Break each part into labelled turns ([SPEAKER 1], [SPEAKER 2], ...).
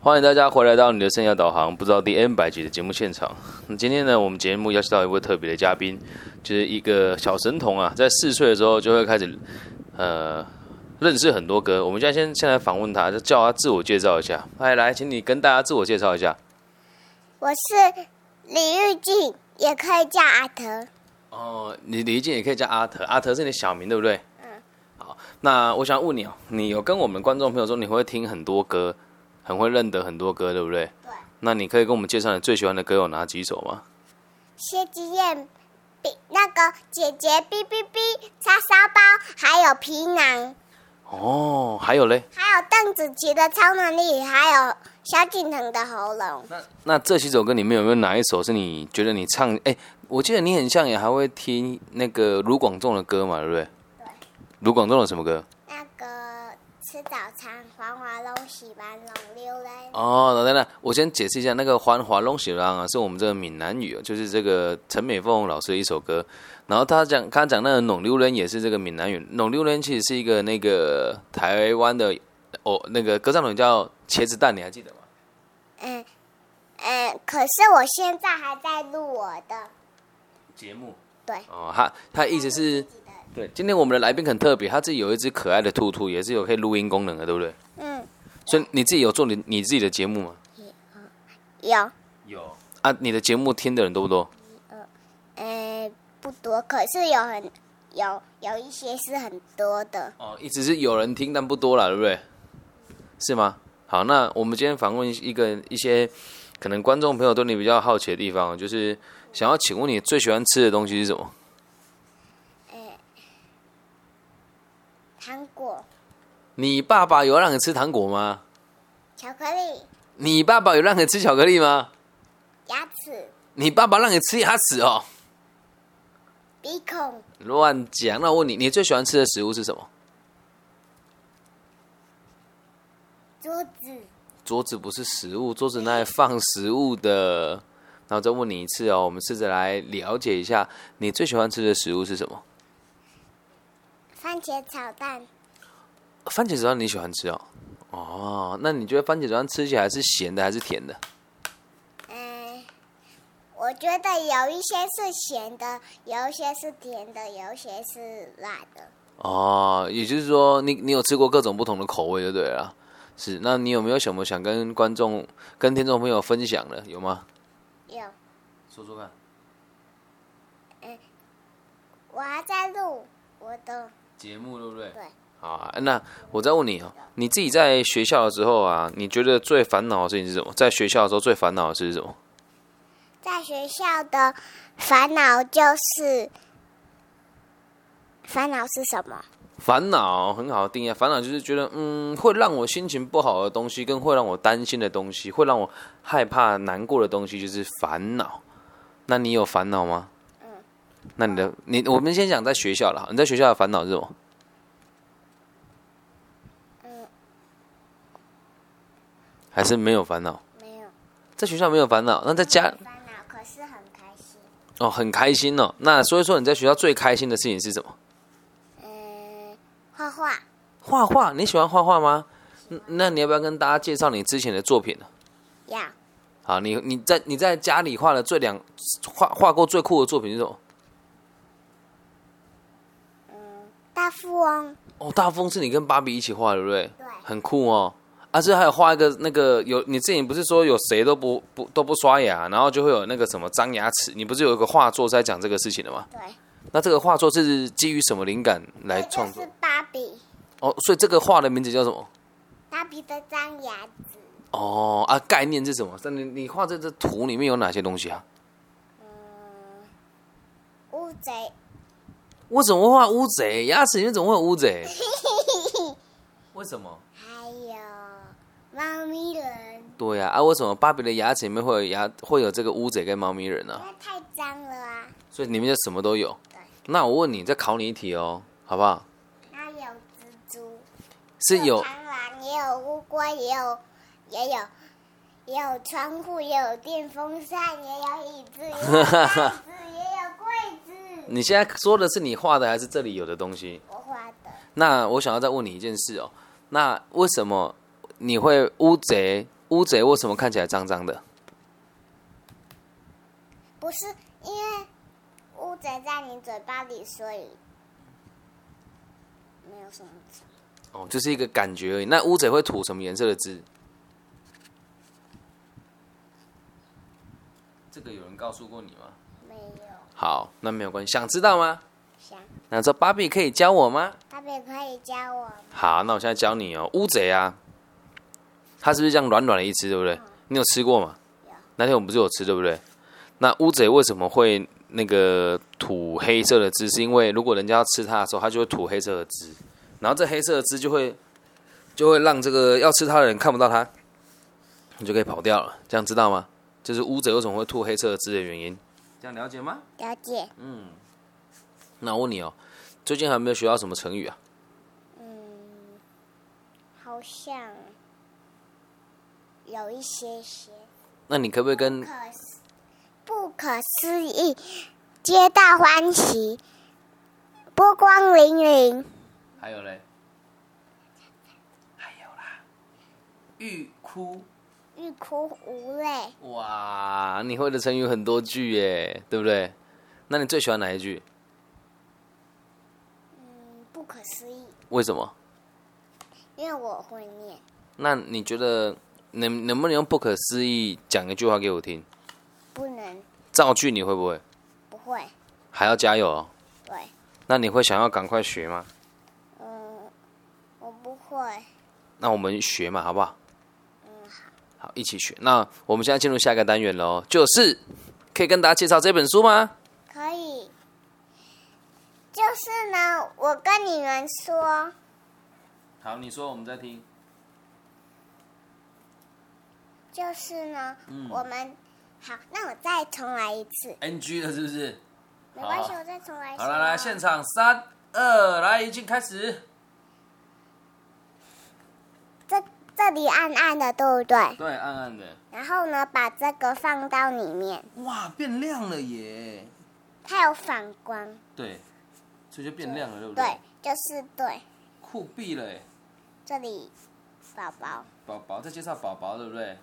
[SPEAKER 1] 欢迎大家回来到你的生涯导航，不知道第 N 百集的节目现场。那今天呢，我们节目邀请到一位特别的嘉宾，就是一个小神童啊，在四岁的时候就会开始呃认识很多歌。我们现在先先来访问他，就叫他自我介绍一下。哎，来，请你跟大家自我介绍一下。
[SPEAKER 2] 我是李玉静，也可以叫阿腾。
[SPEAKER 1] 哦，你李静也可以叫阿特，阿特是你的小名对不对？嗯。好，那我想问你哦，你有跟我们观众朋友说你会听很多歌，很会认得很多歌，对不对？
[SPEAKER 2] 对。
[SPEAKER 1] 那你可以跟我们介绍你最喜欢的歌有哪几首吗？
[SPEAKER 2] 薛之燕，比那个姐姐哔哔哔，叉烧包，还有皮囊，
[SPEAKER 1] 哦，还有嘞，
[SPEAKER 2] 还有邓紫棋的超能力，还有萧敬腾的喉咙。
[SPEAKER 1] 那那这几首歌里面有没有哪一首是你觉得你唱？哎，我记得你很像也还会听那个卢广仲的歌嘛，对不对？卢广仲的什么歌？
[SPEAKER 2] 那个吃早餐，黄花龙喜欢龙溜嘞。
[SPEAKER 1] 哦，等等，我先解释一下，那个《环华龙喜郎》啊，是我们这个闽南语，哦就是这个陈美凤老师的一首歌。然后他讲，他讲那个“弄榴莲”也是这个闽南语，“弄榴莲”其实是一个那个台湾的哦，那个歌唱团叫茄子蛋，你还记得吗？
[SPEAKER 2] 嗯嗯，可是我现在还在录我的，
[SPEAKER 1] 节目
[SPEAKER 2] 对，
[SPEAKER 1] 哦，他他意思是，对，今天我们的来宾很特别，他自己有一只可爱的兔兔，也是有可以录音功能的，对不对？
[SPEAKER 2] 嗯，
[SPEAKER 1] 所以你自己有做你你自己的节目吗？
[SPEAKER 2] 有，
[SPEAKER 1] 有啊，你的节目听的人多不多？
[SPEAKER 2] 呃，不多，可是有很有有一些是很多的。
[SPEAKER 1] 哦，一直是有人听，但不多啦，对不对？是吗？好，那我们今天访问一个一些可能观众朋友对你比较好奇的地方，就是想要请问你最喜欢吃的东西是什么？
[SPEAKER 2] 哎，糖果、
[SPEAKER 1] 你爸爸有让你吃糖果吗？
[SPEAKER 2] 巧克力、
[SPEAKER 1] 你爸爸有让你吃巧克力吗？
[SPEAKER 2] 牙齿、
[SPEAKER 1] 你爸爸让你吃牙齿哦？
[SPEAKER 2] 鼻孔、
[SPEAKER 1] 乱讲！那我问你，你最喜欢吃的食物是什么？
[SPEAKER 2] 桌子、
[SPEAKER 1] 桌子不是食物，桌子那里放食物的。然后再问你一次哦，我们试着来了解一下，你最喜欢吃的食物是什么？
[SPEAKER 2] 番茄炒蛋，
[SPEAKER 1] 番茄炒蛋你喜欢吃哦？哦，那你觉得番茄炒蛋吃起来是咸的还是甜的？
[SPEAKER 2] 嗯，我觉得有一些是咸的，有一些是甜的，有一些是辣的。
[SPEAKER 1] 哦，也就是说你你有吃过各种不同的口味就对了啦。是，那你有没有什么想跟观众、跟听众朋友分享的？有吗？
[SPEAKER 2] 有，
[SPEAKER 1] 说说看。
[SPEAKER 2] 我还在录我的，
[SPEAKER 1] 节目对不对？
[SPEAKER 2] 对。
[SPEAKER 1] 好啊，那我再问你哦，你自己在学校的时候啊，你觉得最烦恼的事情是什么？在学校的时候最烦恼的事是什么？
[SPEAKER 2] 在学校的烦恼就是烦恼是什么？
[SPEAKER 1] 烦恼很好定义啊，烦恼就是觉得嗯，会让我心情不好的东西，跟会让我担心的东西，会让我害怕、难过的东西，就是烦恼。那你有烦恼吗？嗯。那你的你，我们先讲在学校了。你在学校的烦恼是什么？嗯还是没有烦恼？
[SPEAKER 2] 没有
[SPEAKER 1] 在学校没有烦恼，那在家
[SPEAKER 2] 烦恼，可是很开心。
[SPEAKER 1] 哦，很开心哦。那所以说你在学校最开心的事情是什么？
[SPEAKER 2] 嗯，画画，
[SPEAKER 1] 画画，你喜欢画画吗？嗯那你要不要跟大家介绍你之前的作品呢？
[SPEAKER 2] 要
[SPEAKER 1] 好，你你在你在家里画的最两画画过最酷的作品是什么？
[SPEAKER 2] 大富翁，
[SPEAKER 1] 哦，大风是你跟芭比一起画的，对不对？
[SPEAKER 2] 对
[SPEAKER 1] 很酷哦。啊，这还有画一个那个有你之前不是说有谁都不不都不刷牙，然后就会有那个什么张牙齿，你不是有一个画作是在讲这个事情的吗？
[SPEAKER 2] 对，
[SPEAKER 1] 那这个画作是基于什么灵感来
[SPEAKER 2] 这
[SPEAKER 1] 创
[SPEAKER 2] 就
[SPEAKER 1] 作
[SPEAKER 2] 是？芭比，
[SPEAKER 1] 哦，所以这个画的名字叫什么？
[SPEAKER 2] 芭比的张牙子，
[SPEAKER 1] 哦啊，概念是什么？那你你画这这图里面有哪些东西啊？
[SPEAKER 2] 嗯，乌贼，
[SPEAKER 1] 我怎么会画乌贼？牙齿里面怎么会有乌贼？为什么？
[SPEAKER 2] 还有猫咪人，
[SPEAKER 1] 对呀、啊，为什么芭比的牙齿里面会有牙会有这个乌贼跟猫咪人呢、
[SPEAKER 2] 那太脏了啊！
[SPEAKER 1] 所以里面就什么都有。那我问你，再考你一题哦，好不好？
[SPEAKER 2] 那有蜘蛛，
[SPEAKER 1] 是有
[SPEAKER 2] 螳螂，也有乌龟，也有，也有，也有窗户，也有电风扇，也有椅子，也有箱子，也有柜子。
[SPEAKER 1] 你现在说的是你画的还是这里有的东西？
[SPEAKER 2] 我画的，
[SPEAKER 1] 那我想要再问你一件事哦，那为什么你会乌贼？乌贼为什么看起来脏脏的？
[SPEAKER 2] 不是因为乌贼在你嘴巴里，所以没有什么脏
[SPEAKER 1] 哦，就是一个感觉而已。那乌贼会吐什么颜色的汁？这个有人告诉过你吗？
[SPEAKER 2] 没有
[SPEAKER 1] 好，那没有关系。想知道吗？
[SPEAKER 2] 香。
[SPEAKER 1] 那这芭比可以教我吗？
[SPEAKER 2] 他们可以教我
[SPEAKER 1] 好，那我现在教你哦，乌贼啊，它是不是这样软软的一只，对不对？你有吃过吗
[SPEAKER 2] 有？
[SPEAKER 1] 那天我们不是有吃，对不对？那乌贼为什么会那个吐黑色的汁？是因为如果人家要吃它的时候，它就会吐黑色的汁，然后这黑色的汁就会就会让这个要吃它的人看不到它，你就可以跑掉了。这样知道吗？这是乌贼为什么会吐黑色的汁的原因。这样了解吗？
[SPEAKER 2] 了解。
[SPEAKER 1] 那我问你哦，最近还有没有学到什么成语啊？
[SPEAKER 2] 嗯，好像有一些些
[SPEAKER 1] 那你可不可以
[SPEAKER 2] 不
[SPEAKER 1] 跟
[SPEAKER 2] 可思不可思议，皆大欢喜，波光粼粼，
[SPEAKER 1] 还有嘞，还有啦，欲哭
[SPEAKER 2] 欲哭无泪。
[SPEAKER 1] 哇！你会的成语很多句耶，对不对？那你最喜欢哪一句？
[SPEAKER 2] 嗯，不可思议，
[SPEAKER 1] 为什么？
[SPEAKER 2] 因为我会念。
[SPEAKER 1] 那你觉得能能不能用不可思议讲一句话给我听？
[SPEAKER 2] 不能，
[SPEAKER 1] 造句你会不会？
[SPEAKER 2] 不会，
[SPEAKER 1] 还要加油哦。
[SPEAKER 2] 对，
[SPEAKER 1] 那你会想要赶快学吗？
[SPEAKER 2] 嗯，我不会，
[SPEAKER 1] 那我们学嘛，好不好？
[SPEAKER 2] 嗯，好，
[SPEAKER 1] 好，一起学。那我们现在进入下一个单元喽，就是可以跟大家介绍这本书吗？
[SPEAKER 2] 可以。就是呢，我跟你们说，
[SPEAKER 1] 好，你说我们在听。
[SPEAKER 2] 就是呢，
[SPEAKER 1] 嗯
[SPEAKER 2] 我们好，那我再重来一次，
[SPEAKER 1] NG 了是不是？
[SPEAKER 2] 没关系，
[SPEAKER 1] 好
[SPEAKER 2] 我再重来一次
[SPEAKER 1] 好
[SPEAKER 2] 哦。
[SPEAKER 1] 了，来现场三二，来，已经开始。
[SPEAKER 2] 这这里暗暗的，对不对？
[SPEAKER 1] 对，暗暗的，
[SPEAKER 2] 然后呢，把这个放到里面，
[SPEAKER 1] 哇，变亮了耶。
[SPEAKER 2] 它有反光，
[SPEAKER 1] 对，所以就变亮了，对不
[SPEAKER 2] 对，就是对。
[SPEAKER 1] 酷毙了耶，
[SPEAKER 2] 这里，宝宝，
[SPEAKER 1] 宝宝在介绍宝宝，对不对？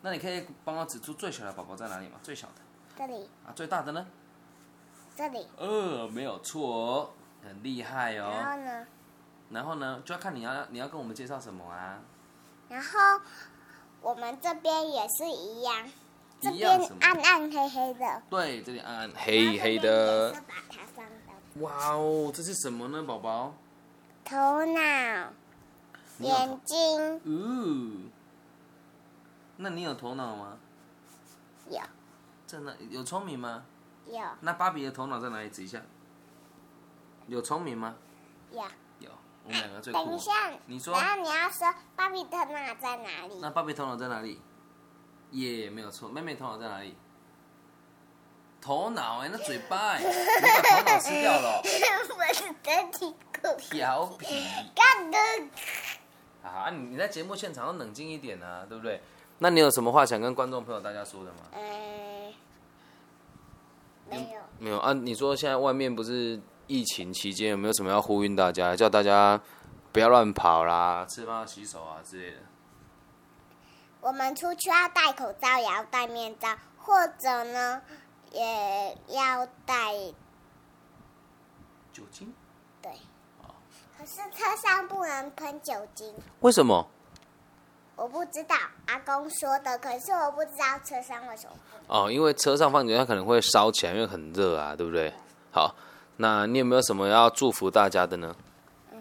[SPEAKER 1] 那你可以帮我指出最小的宝宝在哪里吗？最小的
[SPEAKER 2] 这里，
[SPEAKER 1] 啊，最大的呢？
[SPEAKER 2] 这里，
[SPEAKER 1] 呃，没有错哦，很厉害
[SPEAKER 2] 然后
[SPEAKER 1] 哦。
[SPEAKER 2] 呢，
[SPEAKER 1] 然后呢，就要看你要你要跟我们介绍什么啊？
[SPEAKER 2] 然后我们这边也是一样，这
[SPEAKER 1] 一样
[SPEAKER 2] 边
[SPEAKER 1] 什么？
[SPEAKER 2] 暗暗黑黑的，
[SPEAKER 1] 对，这里暗暗
[SPEAKER 2] 然后
[SPEAKER 1] 黑黑
[SPEAKER 2] 这边也
[SPEAKER 1] 的
[SPEAKER 2] 是。把它放到
[SPEAKER 1] 哇哦，这是什么呢，宝宝？
[SPEAKER 2] 头脑、
[SPEAKER 1] 你有头
[SPEAKER 2] 眼睛
[SPEAKER 1] 哦，那你有头脑吗？
[SPEAKER 2] 有
[SPEAKER 1] 在哪？有聪明吗？
[SPEAKER 2] 有
[SPEAKER 1] 那芭比的头脑在哪里？指一下。有聪明吗？
[SPEAKER 2] 有，
[SPEAKER 1] 有，我们两个最酷。
[SPEAKER 2] 等一下，
[SPEAKER 1] 你说
[SPEAKER 2] 然后你要说芭比的那在哪里，
[SPEAKER 1] 那？芭比头脑在哪里？耶、没有错。妹妹头脑在哪里？头脑哎、那嘴巴哎、你把 头脑吃掉了
[SPEAKER 2] 我是真听故事，
[SPEAKER 1] 调皮。
[SPEAKER 2] 干的
[SPEAKER 1] 啊，你你在节目现场要冷静一点啊，对不对？那你有什么话想跟观众朋友大家说的吗？
[SPEAKER 2] 呃，没有，
[SPEAKER 1] 没有啊？你说现在外面不是疫情期间，有没有什么要呼吁大家，叫大家不要乱跑啦，吃饭要洗手啊之类的？
[SPEAKER 2] 我们出去要戴口罩，也要戴面罩，或者呢，也要戴。
[SPEAKER 1] 酒精？
[SPEAKER 2] 对。可是车上不能喷酒精，
[SPEAKER 1] 为什么？
[SPEAKER 2] 我不知道阿公说的，可是我不知道车上为什么。
[SPEAKER 1] 哦，因为车上放酒，它可能会烧起来，因为很热啊，对不对？好，那你有没有什么要祝福大家的呢？
[SPEAKER 2] 嗯，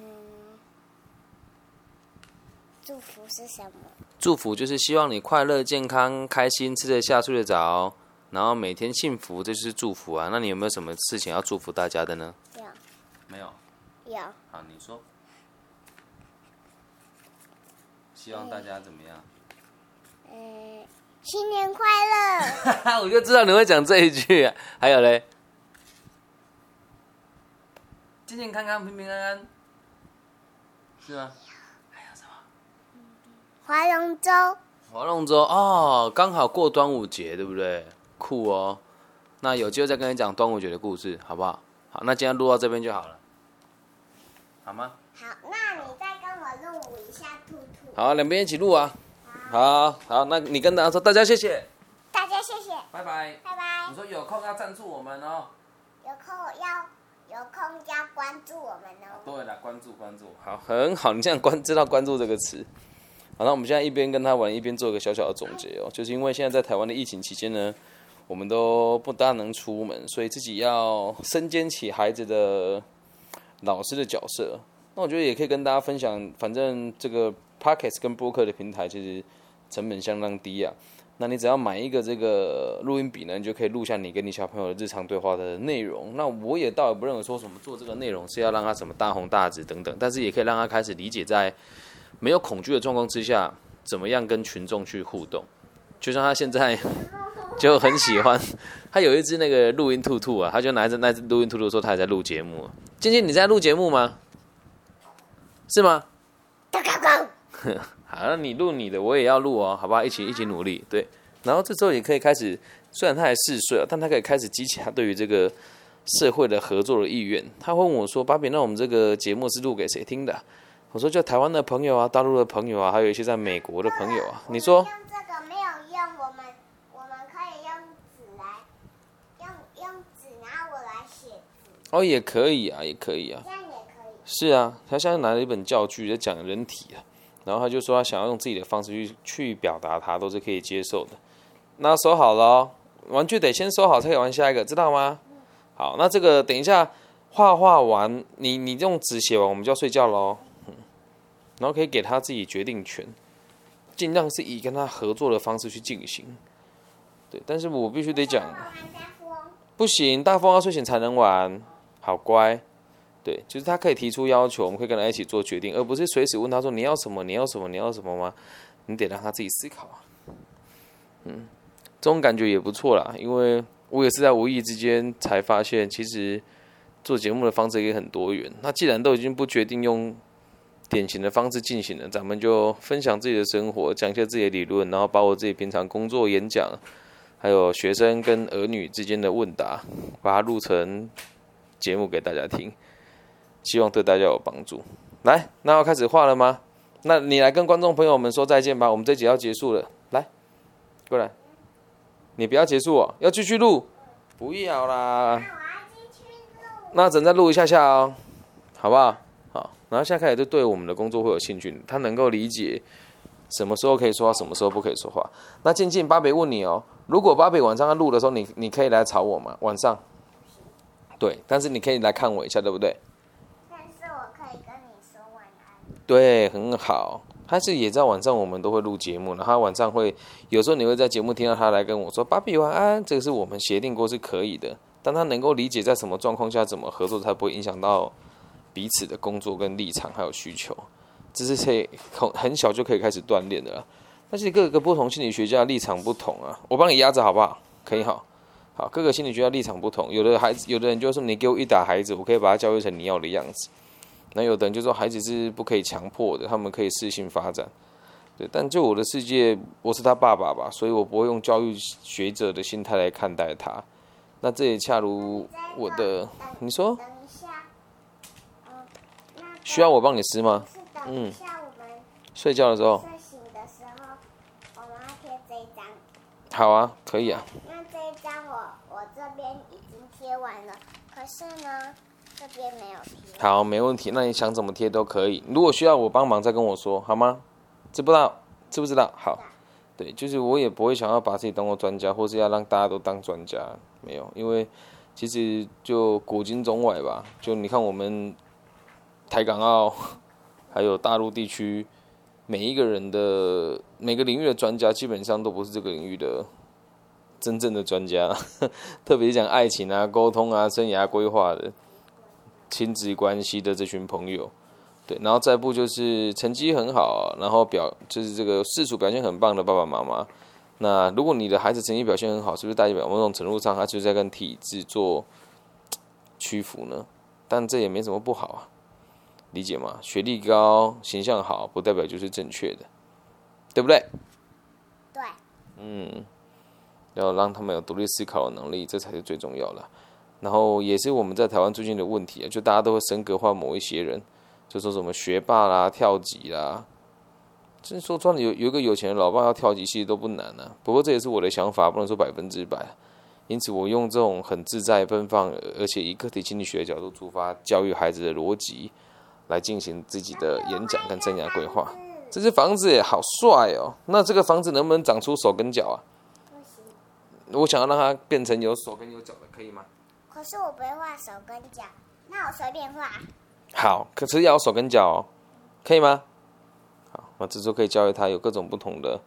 [SPEAKER 2] 祝福是什么？
[SPEAKER 1] 祝福就是希望你快乐、健康、开心，吃得下、睡得着，然后每天幸福，这就是祝福啊。那你有没有什么事情要祝福大家的呢？
[SPEAKER 2] 有
[SPEAKER 1] 没有。
[SPEAKER 2] 有，
[SPEAKER 1] 好，你说。希望大家怎么样？
[SPEAKER 2] 嗯，新年快 乐，
[SPEAKER 1] 我就知道你会讲这一句、啊还有嘞，健健康康、平平安安，是啊吗？还有什么？
[SPEAKER 2] 划龙舟，
[SPEAKER 1] 划龙舟哦，刚好过端午节，对不对？酷哦！那有机会再跟你讲端午节的故事，好不好？好，那今天录到这边就好了，好吗？
[SPEAKER 2] 好，那你再跟我录一下兔兔。
[SPEAKER 1] 好，两边一起录啊。
[SPEAKER 2] 好
[SPEAKER 1] 好好，那你跟大家说，大家谢谢，
[SPEAKER 2] 大家谢谢，
[SPEAKER 1] 拜拜。
[SPEAKER 2] 拜拜
[SPEAKER 1] 你。说有空要赞助我们哦。
[SPEAKER 2] 有空要有空要关注我们哦。
[SPEAKER 1] 对了，关注关注，好，很好，你这样关知道“关注”这个词。好，那我们现在一边跟他玩，一边做一个小小的总结哦，就是因为现在在台湾的疫情期间呢，我们都不大能出门，所以自己要身兼起孩子的老师的角色。那我觉得也可以跟大家分享，反正这个 p o c k e t 跟播客的平台其实成本相当低啊。那你只要买一个这个录音笔呢，你就可以录下你跟你小朋友的日常对话的内容。那我也倒也不认为说什么做这个内容是要让他什么大红大紫等等，但是也可以让他开始理解，在没有恐惧的状况之下，怎么样跟群众去互动。就像他现在 就很喜欢，他有一只那个录音兔兔啊，他就拿着那只录音兔兔说他也在录节目。静静，你在录节目吗？是吗？
[SPEAKER 2] 大高高，
[SPEAKER 1] 好，那你录你的，我也要录哦，好不好？一起一起努力，对。然后这时候也可以开始，虽然他还四岁啊，但他可以开始激起他对于这个社会的合作的意愿。他会问我说：“芭比，那我们这个节目是录给谁听的啊、我说：“就台湾的朋友啊，大陆的朋友啊，还有一些在美国的朋友啊。”你说
[SPEAKER 2] 我们用这个没有用，我们我们可以用纸来，用用纸拿我来写，
[SPEAKER 1] 哦，也可以啊，也可以啊。
[SPEAKER 2] 这样也可以。
[SPEAKER 1] 是啊，他现在拿了一本教具在讲人体啊，然后他就说他想要用自己的方式去去表达他，都是可以接受的。那收好了哦，玩具得先收好才可以玩下一个，知道吗？好，那这个等一下画画完，你你用纸写完，我们就要睡觉喽。嗯，然后可以给他自己决定权，尽量是以跟他合作的方式去进行。对，但是我必须得讲
[SPEAKER 2] 我，想玩大富翁
[SPEAKER 1] 不行，大风要睡前才能玩，好乖。对，就是他可以提出要求，我们可以跟他一起做决定，而不是随时问他说你要什么，你要什么，你要什么吗？你得让他自己思考啊。嗯，这种感觉也不错啦，因为我也是在无意之间才发现，其实做节目的方式也很多元。那既然都已经不决定用典型的方式进行了，咱们就分享自己的生活，讲一些自己的理论，然后把我自己平常工作、演讲，还有学生跟儿女之间的问答，把它录成节目给大家听，希望对大家有帮助。来，那要开始画了吗？那你来跟观众朋友们说再见吧，我们这集要结束了。来，过来，你不要结束哦，要继续录，不要啦。
[SPEAKER 2] 那我要进去录。
[SPEAKER 1] 那咱再录一下下哦，好不好？好，然后现在开始就对我们的工作会有兴趣，他能够理解什么时候可以说话，什么时候不可以说话。那静静，芭比问你哦，如果芭比晚上要录的时候，你你可以来吵我吗？晚上？对，但是你可以来看我一下，对不对？
[SPEAKER 2] 但是我可以跟你说晚安。
[SPEAKER 1] 对，很好。他是也在晚上，我们都会录节目，然后他晚上会有时候你会在节目听到他来跟我说“芭比晚安”，这个是我们协定过是可以的，但他能够理解在什么状况下怎么合作，才不会影响到彼此的工作跟立场还有需求。这是可以很很小就可以开始锻炼的啦。但是各个不同心理学家立场不同啊，我帮你压着好不好？可以好，好，各个心理学家立场不同，有的孩子，有的人就说你给我一打孩子，我可以把他教育成你要的样子。那有的人就说孩子是不可以强迫的，他们可以适性发展。对，但就我的世界，我是他爸爸吧，所以我不会用教育学者的心态来看待他。那这也恰如我的，你说
[SPEAKER 2] 等一下，嗯，那
[SPEAKER 1] 需要我帮你撕吗？嗯哦
[SPEAKER 2] 是等一下我们
[SPEAKER 1] 睡觉的时候，
[SPEAKER 2] 睡醒的时候，我们要贴这一张。
[SPEAKER 1] 好啊，可以啊。
[SPEAKER 2] 那这一张我我这边已经贴完了，可是呢，这边没有贴。
[SPEAKER 1] 好，没问题。那你想怎么贴都可以。如果需要我帮忙，再跟我说好吗？知不知道？知不知道？好，对，就是我也不会想要把自己当做专家，或是要让大家都当专家，没有，因为其实就古今中外吧，就你看我们台港澳 还有大陆地区，每一个人的每个领域的专家，基本上都不是这个领域的真正的专家， 特别是讲爱情啊、沟通啊、生涯规划的。亲子关系的这群朋友，对，然后再不就是成绩很好，然后表就是这个世俗表现很棒的爸爸妈妈。那如果你的孩子成绩表现很好，是不是代表某种程度上他就是在跟体制做屈服呢？但这也没什么不好啊，理解吗？学历高、形象好，不代表就是正确的，对不对？
[SPEAKER 2] 对，
[SPEAKER 1] 嗯，要让他们有独立思考的能力，这才是最重要的。然后也是我们在台湾最近的问题啊，就大家都会升格化某一些人，就说什么学霸啦、跳级啦，真说穿了，有有一个有钱的老爸要跳级，其实都不难啊。不过这也是我的想法，不能说百分之百。啊因此，我用这种很自在、奔放，而且以个体心理学的角度出发，教育孩子的逻辑，来进行自己的演讲跟生涯规划。这些房子也好帅哦！那这个房子能不能长出手跟脚啊？
[SPEAKER 2] 不行，
[SPEAKER 1] 我想要让它变成有手跟有脚的，可以吗？
[SPEAKER 2] 可是我不会画手跟脚，那我随便画。
[SPEAKER 1] 好，可是要有手跟脚、哦，可以吗？好，那这就可以教育他有各种不同的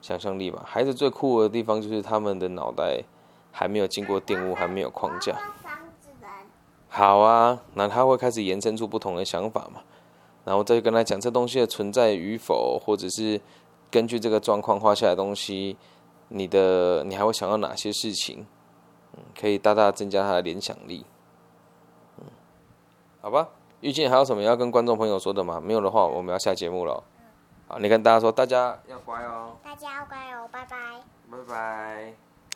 [SPEAKER 1] 想象力吧。孩子最酷的地方就是他们的脑袋还没有经过玷污，还没有框架。
[SPEAKER 2] 画房子的
[SPEAKER 1] 好啊，那他会开始延伸出不同的想法嘛，然后再跟他讲这东西的存在与否，或者是根据这个状况画下来的东西，你的你还会想到哪些事情？嗯，可以大大增加他的联想力。嗯，好吧，玉静还有什么要跟观众朋友说的吗？没有的话，我们要下节目了哦。好，你跟大家说，大家要乖哦，
[SPEAKER 2] 大家要乖哦，拜拜。
[SPEAKER 1] 拜拜。